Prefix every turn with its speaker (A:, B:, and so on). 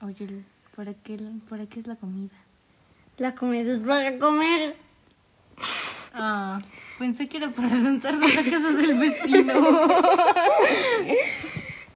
A: Oye, ¿para qué, ¿para qué es la comida?
B: La comida es para comer.
A: Ah, pensé que era para lanzarnos a casa del vecino.